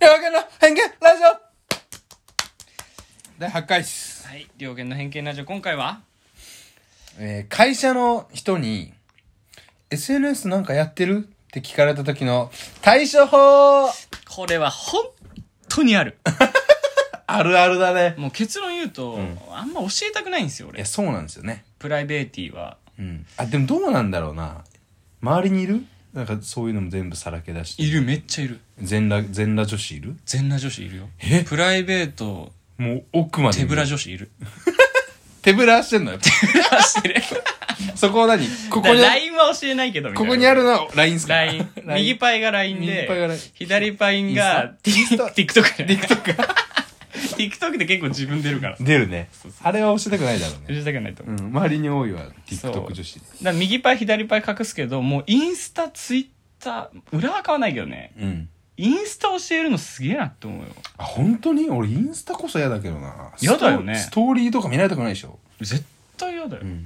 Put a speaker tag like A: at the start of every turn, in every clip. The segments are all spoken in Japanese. A: 両言の偏見ラジオ第8回っす、
B: はい、両言の偏見ラジオ今回は
A: えー会社の人に SNS なんかやってるって聞かれた時の対処法
B: これは本当にあ る
A: あるあるだね
B: もう結論言うと、あんま教えたくないんですよ
A: いや
B: 俺
A: そうなんですよね
B: プライベーティは
A: うんあでもどうなんだろうな周りにいるなんかそういうのも全部さらけ出して
B: いるめっちゃいる
A: 全裸全裸女子いる
B: 全裸女子いるよ
A: え
B: プライベート
A: もう奥まで
B: 手ぶら
A: 子
B: 女子いる
A: 手ぶらしてんの よ
B: してる
A: そこは何こ
B: こ
A: こに
B: LINE は教えないけどみた
A: こ
B: いな
A: こにあるのは LINE っすか
B: LINE 右パイが LINE
A: 右パイが
B: で
A: LINE
B: 左パイが
A: インスタ
B: TikTok じゃない
A: TikTok が
B: TikTok で結構自分出るから
A: 出るねあれは教えたくないだろうね
B: 教えたくないと思う
A: うん、周りに多いわ TikTok
B: そう
A: 女子
B: だから右パイ左パイ隠すけどもうインスタツイッター裏は買わないけどね
A: うん
B: インスタ教えるのすげえなって思うよ
A: あ本当に俺インスタこそ嫌だけどな
B: 嫌だよね
A: ストストーリーとか見られたくないでしょ、
B: 絶対嫌だよ
A: う、ん、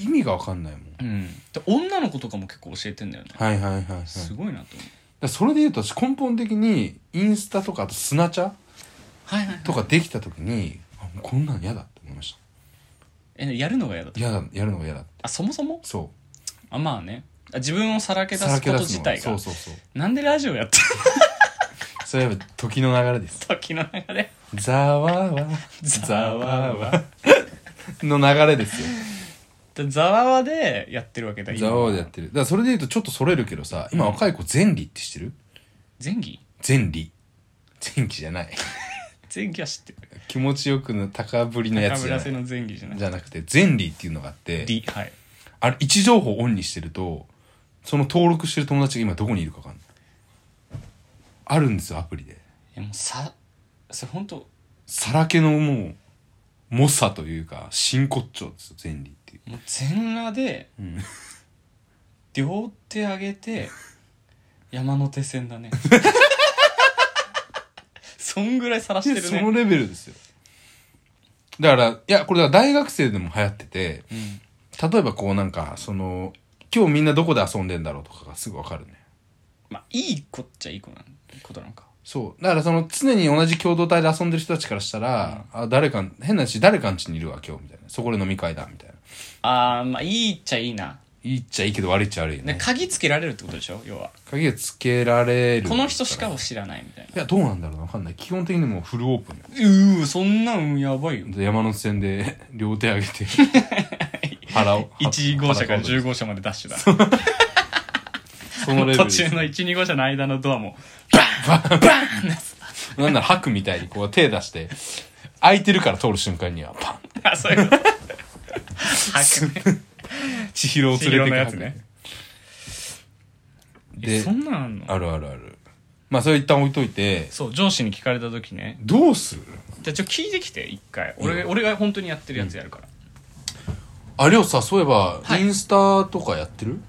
A: 意味がわかんないもん
B: うんで女の子とかも結構教えてんだよね
A: はいはいはい、はい、
B: すごいなと思う
A: だそれで言うと根本的にインスタとかあとスナチャ
B: はいはい
A: とかできた時にあもうこんなの嫌だって思いまし
B: えやるのが嫌だった
A: た嫌だやるのが嫌だって
B: あそもそも
A: そ
B: あまあねあ自分をさら
A: う
B: け出すこと自体が
A: そうそうそう
B: なんでラジオやって
A: それはやっぱ時の流れです
B: た時の中で
A: ざわわざわわの流れですよ
B: でざわわでやってるわけだ今
A: ザワワでやってるだからそれで言うとちょっとそれるけどさ今若い子前理って知ってる
B: 前儀
A: 前理前期じゃない
B: 前儀は知ってる
A: 気持ちよくの高ぶりのや
B: 中
A: つじゃ
B: 村
A: な
B: 瀬
A: い
B: の前儀じゃない
A: じゃなくて前理っていうのがあって
B: リはい
A: あれ位置情報オンにしてるとその登録してる友達が今どこにいるか分かんないあるんですよアプリで
B: えもうさそれ本当
A: さらけのもう猛者というか真骨頂ですよ前理っていう
B: もう全裸で、
A: ん
B: 両手上げて山手線 だねそんぐらい晒してる
A: その
B: ね、
A: レベルですよだからいやこれは大学生でも流行ってて
B: うん、
A: 例えばこうなんかその今日みんなどこで遊んでんだろうとかがすぐ分かるね
B: まあいい子っちゃいい子なんことなんか
A: そうだからその常に同じ共同体で遊んでる人たちからしたら、あ誰かん変な話誰かんちにいるわ今日みたいなそこで飲み会だみたいな
B: ああまあいいっちゃいいな、
A: 言っちゃいいけど悪いっちゃ悪いよ
B: で
A: ね
B: 鍵つけられるってことでしょ要は
A: 鍵をつけられる
B: この人しかも知らないみたいない
A: やどうなんだろうな分かんない基本的にもうフルオープンよ
B: うーそんなんやばいよ
A: 山手線で 両手上げて 腹を
B: 1号車から
A: 10
B: 10号車までダッシュだ
A: そのレベル
B: 途
A: です
B: 中の12号車の間のドアもバーンバーンのやつ
A: なんなら吐くみたいにこう手出して空いてるから通る瞬間にはパン
B: あそういうこと 吐くね
A: 千尋を連れてく
B: 千尋のやつねえ
A: で
B: そんなんあんの
A: あるあるあるまあそれ一旦置いといて
B: そう上司に聞かれた時ね
A: どうする
B: じゃあちょ聞いてきて一回俺,、俺が本当にやってるやつやるから、
A: あれをさそういえば、
B: はい
A: インスタとかやってる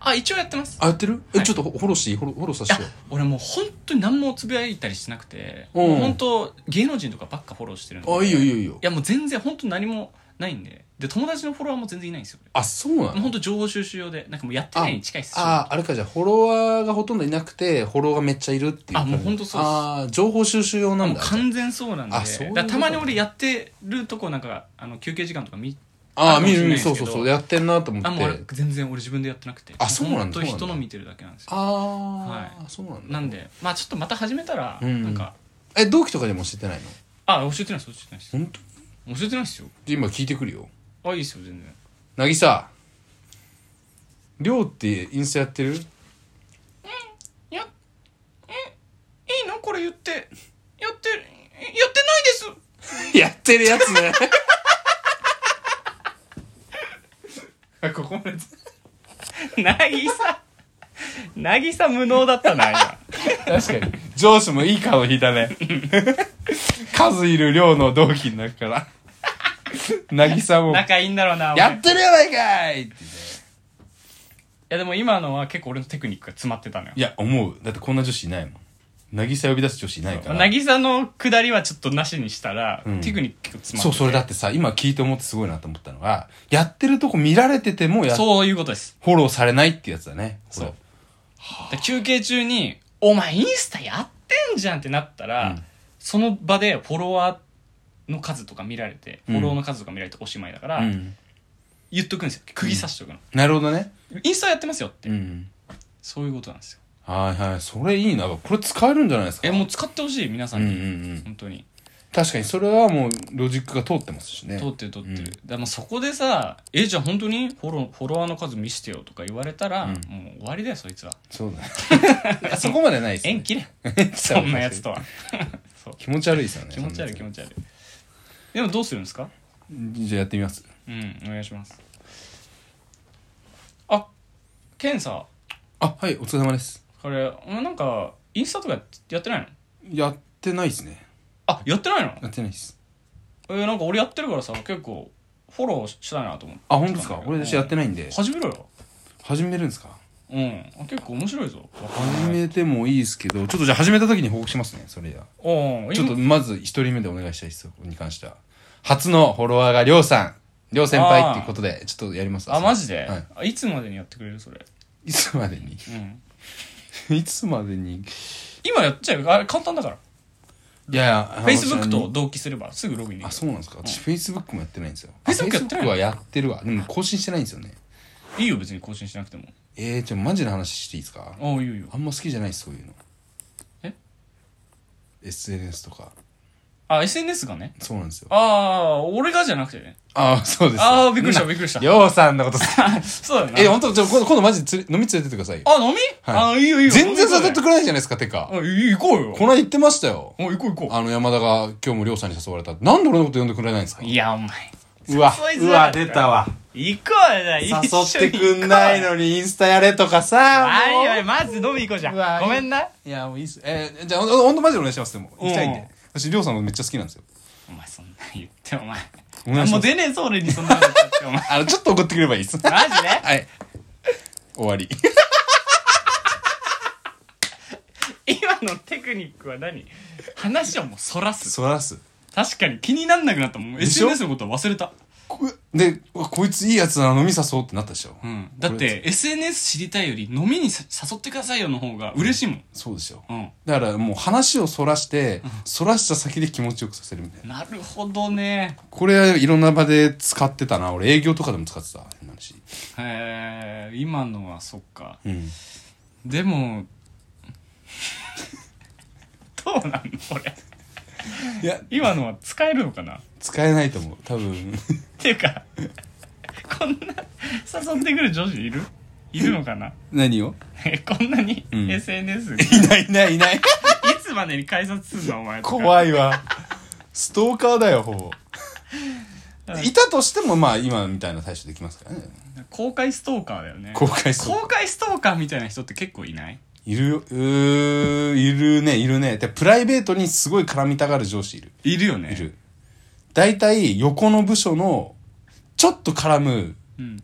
B: あ一応やってます
A: あやってるえ、
B: はい
A: ちょっとフォローしていいフォローフォローさせてよ
B: 俺もう本当に何もつぶやいたりしなくて
A: うん
B: もう本当芸能人とかばっかフォローしてるんで
A: あいいよいいよいいよ
B: いやもう全然本当何もないんでで友達のフォロワーも全然いないんですよ
A: あそうな
B: 俺もう
A: の
B: 本当情報収集用でなんかもうやってないに近いっす
A: ああれかじゃあフォロワーがほとんどいなくてフォロワーがめっちゃいるっていう
B: あもうほんとそうっす
A: ああ情報収集用なん
B: もう
A: だ
B: 完全そうなんで
A: あそういうこと
B: だからたまに俺やってるとこなんかあの休憩時間とか見
A: ああ
B: あるかも
A: 見
B: しれ
A: る
B: ない
A: 見
B: で
A: るそ
B: すけ
A: う
B: ど
A: そうそうやってんなと思って
B: あもうあれ全然俺自分でやってなくて
A: あそうなんだ
B: 本
A: そ
B: 当
A: うなんだ
B: 人の見てるだけなんですよ
A: ああ、
B: は
A: そうなんだ
B: なんでまあちょっとまた始めたら
A: うん
B: なんか、
A: え同期とかでも教えてないの
B: あ教えてないです教えてないです
A: 本当
B: 教えてないですよ
A: 今聞いてくるよ
B: あいいですよ全然
A: 渚りょうってインスタやってる
B: いやえいいのこれ言ってやってやってないです
A: やってるやつね。あ、ここまで。
B: 渚渚無能だった な今
A: 確かに。上司もいい顔引いたね。数いる量の同期の中から。なぎさも、
B: 仲いいんだろうなお前
A: やってるやないかいってね
B: いやでも今のは結構俺のテクニックが詰まってたのよ
A: いや、思う。だってこんな女子いないもん。なぎさ呼び出す女子いないから。
B: 渚の下りはちょっとなしにしたら、
A: ん
B: テクニックが詰まってて
A: そう、それだってさ、今聞いて思ってすごいなと思ったのが、やってるとこ見られててもや、フ
B: そういうことです
A: ォローされないってやつだね。これ
B: そう。で休憩中に「お前インスタやってんじゃんってなった
A: う
B: ら、
A: ん
B: その場でフォロワーの数とか見られて、
A: うん
B: フォローの数とか見られておしまいだから、
A: うん。
B: 言っとくんですよ釘刺しておくの、
A: なるほどね。
B: インスタやってますよって、
A: うん。
B: そういうことなんですよ
A: はいはい。それいいな。これ使えるんじゃないですか。
B: えもう使ってほしい皆さ
A: うん
B: ん
A: うん
B: に、
A: うん。
B: 本当に
A: 確かにそれはもうロジックが通ってますしね
B: 通ってる通ってる、
A: うん
B: だからもうそこでさ「えじゃあ本当にフォローフォロワーの数見してよ」とか言われたら、
A: うん
B: もう終わりだよそいつは
A: そう だねそこまでないです
B: 縁
A: ね
B: 切れ
A: 切れ
B: そんなやつとはそう
A: 気持ち悪いですよね
B: 気持ち悪い気持
A: ち
B: ち悪いでもどうするんですか
A: じゃあやってみます
B: うんお願いしますあケンさ
A: あはいお疲れ様です
B: これお前なんかインスタとかやってないの
A: やってないですね
B: あやってないの
A: やってないです
B: えーなんか俺やってるからさ結構フォローしたいなと思って
A: あ本当ですか俺私やってないんで
B: 始めろよ
A: 始めるんですか
B: うんあ結構面白いぞ
A: 始めてもいいですけどちょっとじゃあ始めた時に報告しますねそれや
B: お
A: ちょっとまず一人目でお願いしたいですそこに関しては初のフォロワーがりょうさんりょう先輩っていうことでちょっとやります
B: あマジで、
A: はい
B: あいつまでにやってくれるそれ、
A: いつまでに
B: うん、
A: いつまでに
B: 今やっちゃえばあれ簡単だから
A: いやいや
B: Facebook と同期すればすぐログインで
A: あ、
B: きる
A: そうなんですか。私、Facebook もやってないんですよ。
B: Facebook やってない
A: Facebook はやってるわ。でも、更新してないんですよね。
B: いいよ別に更新しなくても
A: えー、ちょ、マジな話していいですか
B: ああいいよいいよ
A: あんま好きじゃないです、そういうの。
B: え
A: ?SNS とか。
B: あ SNS がね
A: そうなんですよ。
B: ああ俺がじゃなくてね
A: ああ、そうです。
B: ああびっくりした
A: な
B: びっくりした
A: りょうさんのこと好き。
B: そうだよな
A: え、ほんと、ちょ、今度今度マジつれ飲み連れてってくださいよ。
B: あ飲み、あいいよいいよ
A: 全然誘って
B: く
A: くれないじゃないですか、てか。
B: あいい行こうよ
A: この間言ってましたよ。
B: お行こう行こ
A: あの、山田が今日もりょうさんに誘われた。なんで俺のこと呼んでくれないんですか
B: ういやお前
A: うわ
B: 誘い、
A: う
B: づらい
A: わ、出たわ。
B: 行こうよじゃあ一
A: 誘
B: 緒
A: って
B: に行こう
A: くんないのにインスタやれとかさ。
B: あい
A: もう
B: いよまず飲み行こうじ
A: うわ
B: ゃんごめんない
A: や、もういいっす。えーじゃあ、ほんとほんとマジでお願いします。でも、
B: うん
A: 行きたいんで。私、りょうさんのめっちゃ好きなんですよ。
B: お前そんなん言ってお前
A: お願いし
B: も
A: ま
B: う
A: す。
B: 出ねえぞ俺にそんなこと言ってお前
A: あの、ちょっと怒ってくればいいで す。
B: マジで
A: はい。終わり。
B: 今のテクニックは何話をもうそらす
A: そらす。
B: 確かに気になんなくなったもん
A: でしょ
B: SNS のことは忘れた、
A: こで、うわこいついいやつなのに誘おうってなったでしょ。
B: うん、だって SNS 知りたいより飲みにさ誘ってくださいよの方が嬉しいもん
A: そうでしょ。
B: うん
A: だからもう話をそらして、そらした先で気持ちよくさせるみたいな。
B: なるほどね
A: これはいろんな場で使ってたな。俺営業とかでも使ってた。変な話。
B: へえ今のはそっか
A: うん。
B: でもどうなんのこれ
A: いや、
B: 今のは使えるのかなっ
A: 使えないと思う。多分。
B: ていうかこんな誘ってくる女子いるいるのかな
A: 何を
B: えこんなに
A: うん
B: SNS、い
A: いないいないいない。
B: つまでに改札すんのお前とか
A: 怖いわストーカーだよほぼ
B: うん
A: いたとしてもまあ今みたいな対処できますからね
B: 公開ストーカーだよね
A: 公開する
B: 公開ストーカーみたいな人って結構いない
A: いるようーいるねいるねでプライベートにすごい絡みたがる上司いる
B: いるよね
A: いる大体横の部署のちょっと絡む
B: うん、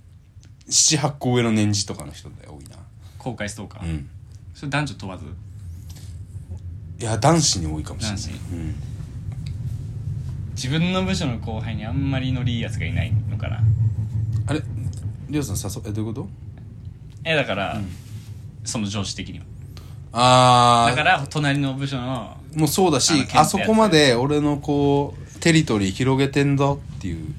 A: 78個上の年次とかの人だよ多いな
B: 公開ストーカー、
A: うん
B: それ男女問わず
A: いや男子に多いかもしれない
B: 男子
A: うん、
B: 自分の部署の後輩にあんまりノリいいやつがいないのかな
A: あれりょうさん誘えどういうこと
B: えだから、その上司的には
A: ああ
B: だから隣の部署 の
A: もうそうだし
B: あの剣って
A: あ
B: やつ
A: そこまで俺のこうテリトリー広げてんぞっていう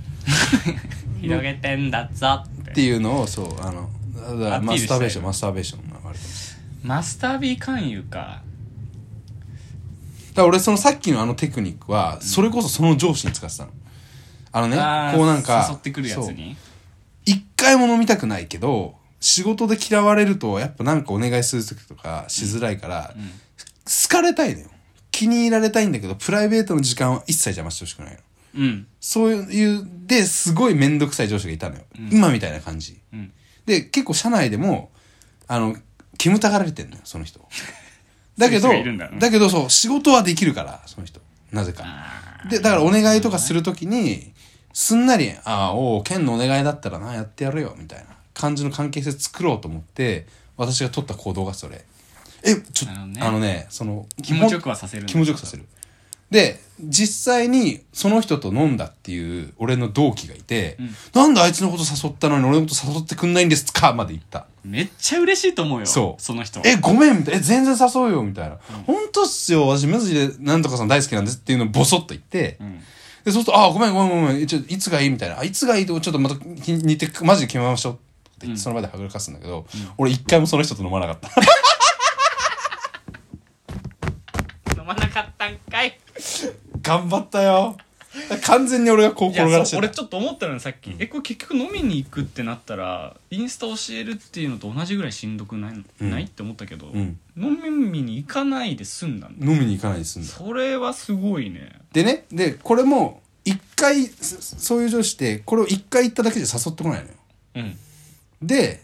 B: 広げてんだぞっ
A: って
B: て
A: いうのをそうあのだから
B: アピー
A: マ
B: ル
A: ス
B: し
A: タ
B: た
A: ーベ
B: い
A: ーションマスターベーションのあれかもし
B: マスタービー勧誘か
A: れないだから俺そのさっきのあのテクニックはそれこそその上司に使ってたのあのね
B: あー
A: こうなんか
B: 誘ってくるやつ
A: そう
B: に
A: 一回も飲みたくないけど仕事で嫌われるとやっぱなんかお願いする時とかしづらいから、好かれたいのよ気に入られたいんだけどプライベートの時間は一切邪魔してほしくないの
B: うん
A: そういう、で、すごいめんどくさい上司がいたのよ。今みたいな感じ。
B: うん
A: で、結構社内でも、あの、煙たがられてんのよ、そ の人。だけど、だ
B: そういう人がいるんだな
A: けどそう、仕事はできるから、その人。なぜか。で、だからお願いとかするときに、すんなり、ああ、おう、県のお願いだったらな、やってやるよ、みたいな感じの関係性作ろうと思って、私が取った行動がそれ。え、ちょ、
B: なるほどね
A: あのね、その、
B: 気持ちよくはさせるんだ
A: 気持ちよくさせる。で実際にその人と飲んだっていう俺の同期がいて、なんであいつのこと誘ったのに俺のこと誘ってくんないんですかまで言った
B: めっちゃ嬉しいと思うよ。
A: そう
B: その人。
A: え、ごめんみたいな。え、全然誘うよみたいな。本当っすよ。私、マジでなんとかさん大好きなんですっていうのをボソッと言って。
B: ん
A: で、そうすると、あ、ごめんごめんごめん。えちょいつがいいみたいな。あ、いつがいいと、ちょっとまた日似て、マジで決めましょうって言って、その場ではぐらかすんだけど、俺一回もその人と飲まなかった。
B: 飲まなかったんかい。
A: 頑張ったよ。完全に俺がこう
B: い
A: 転が
B: や
A: らし
B: そ
A: て
B: う
A: た
B: 俺ちょっと思ったのよさっき、えこれ結局飲みに行くってなったらインスタ教えるっていうのと同じぐらいしんどくない,、
A: ん
B: ないって思ったけど、
A: ん
B: 飲みに行かないで済んだんだ
A: 飲みに行かないですんだ。
B: それはすごいね
A: でね、で、これも、一回、そそういう女子って、これを一回行っただけじゃ誘ってこないのよ。
B: うん
A: で、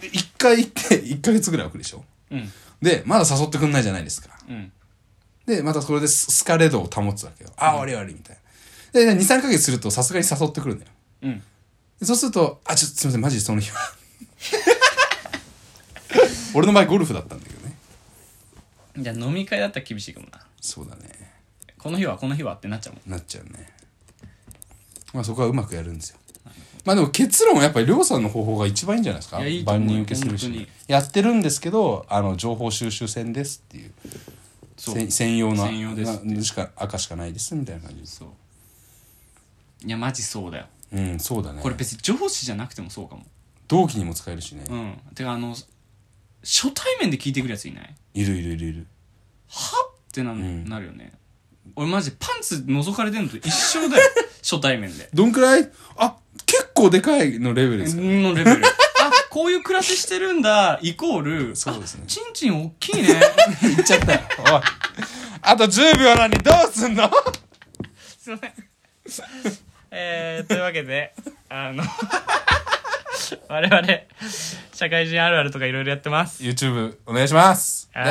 A: で一回行って、一ヶ月ぐらい遅れでしょ。
B: うん
A: で、まだ誘ってくんないじゃないですか。
B: うん
A: で、またそれでススカレ度を保つわけよ。あ、悪い悪いみたいな。で、2、3ヶ月するとさすがに誘ってくるんだよ。
B: うん
A: でそうすると、あ、ちょっとすみません、マジでその日は。 俺の場合ゴルフだったんだけどね。
B: じゃあ飲み会だったら厳しいかもな
A: そうだね。
B: この日はこの日はってなっちゃうもん
A: なっちゃうね。まあそこはうまくやるんですよ。まあでも結論はやっぱりりょうさんの方法が一番いいんじゃないですか
B: いやいいと思う
A: 万人受けする
B: 本当に
A: し。やってるんですけど、あの、情報収集戦ですっていう。
B: そう
A: せん専用の
B: 専用ですって
A: なしか赤しかないですみたいな感じです。
B: そういやマジそうだよ
A: うん、そうだね。
B: これ別に上司じゃなくてもそうかも
A: 同期にも使えるしね、
B: うんてかあの初対面で聞いてくるやついない
A: いるいるいるいる
B: はってな,、
A: ん
B: なるよね俺マジパンツ覗かれてんのと一緒だよ 初対面で
A: どんくらいあ結構でかいのレベルですよ
B: のレベルあこういう暮らししてるんだイコール
A: そうですね
B: あチンチン大きいね
A: 言っちゃったよ おいあと10秒なのにどうすんの
B: すいませんえー、というわけであの 我々社会人あるあるとかいろいろやってます
A: YouTube お願いします
B: はい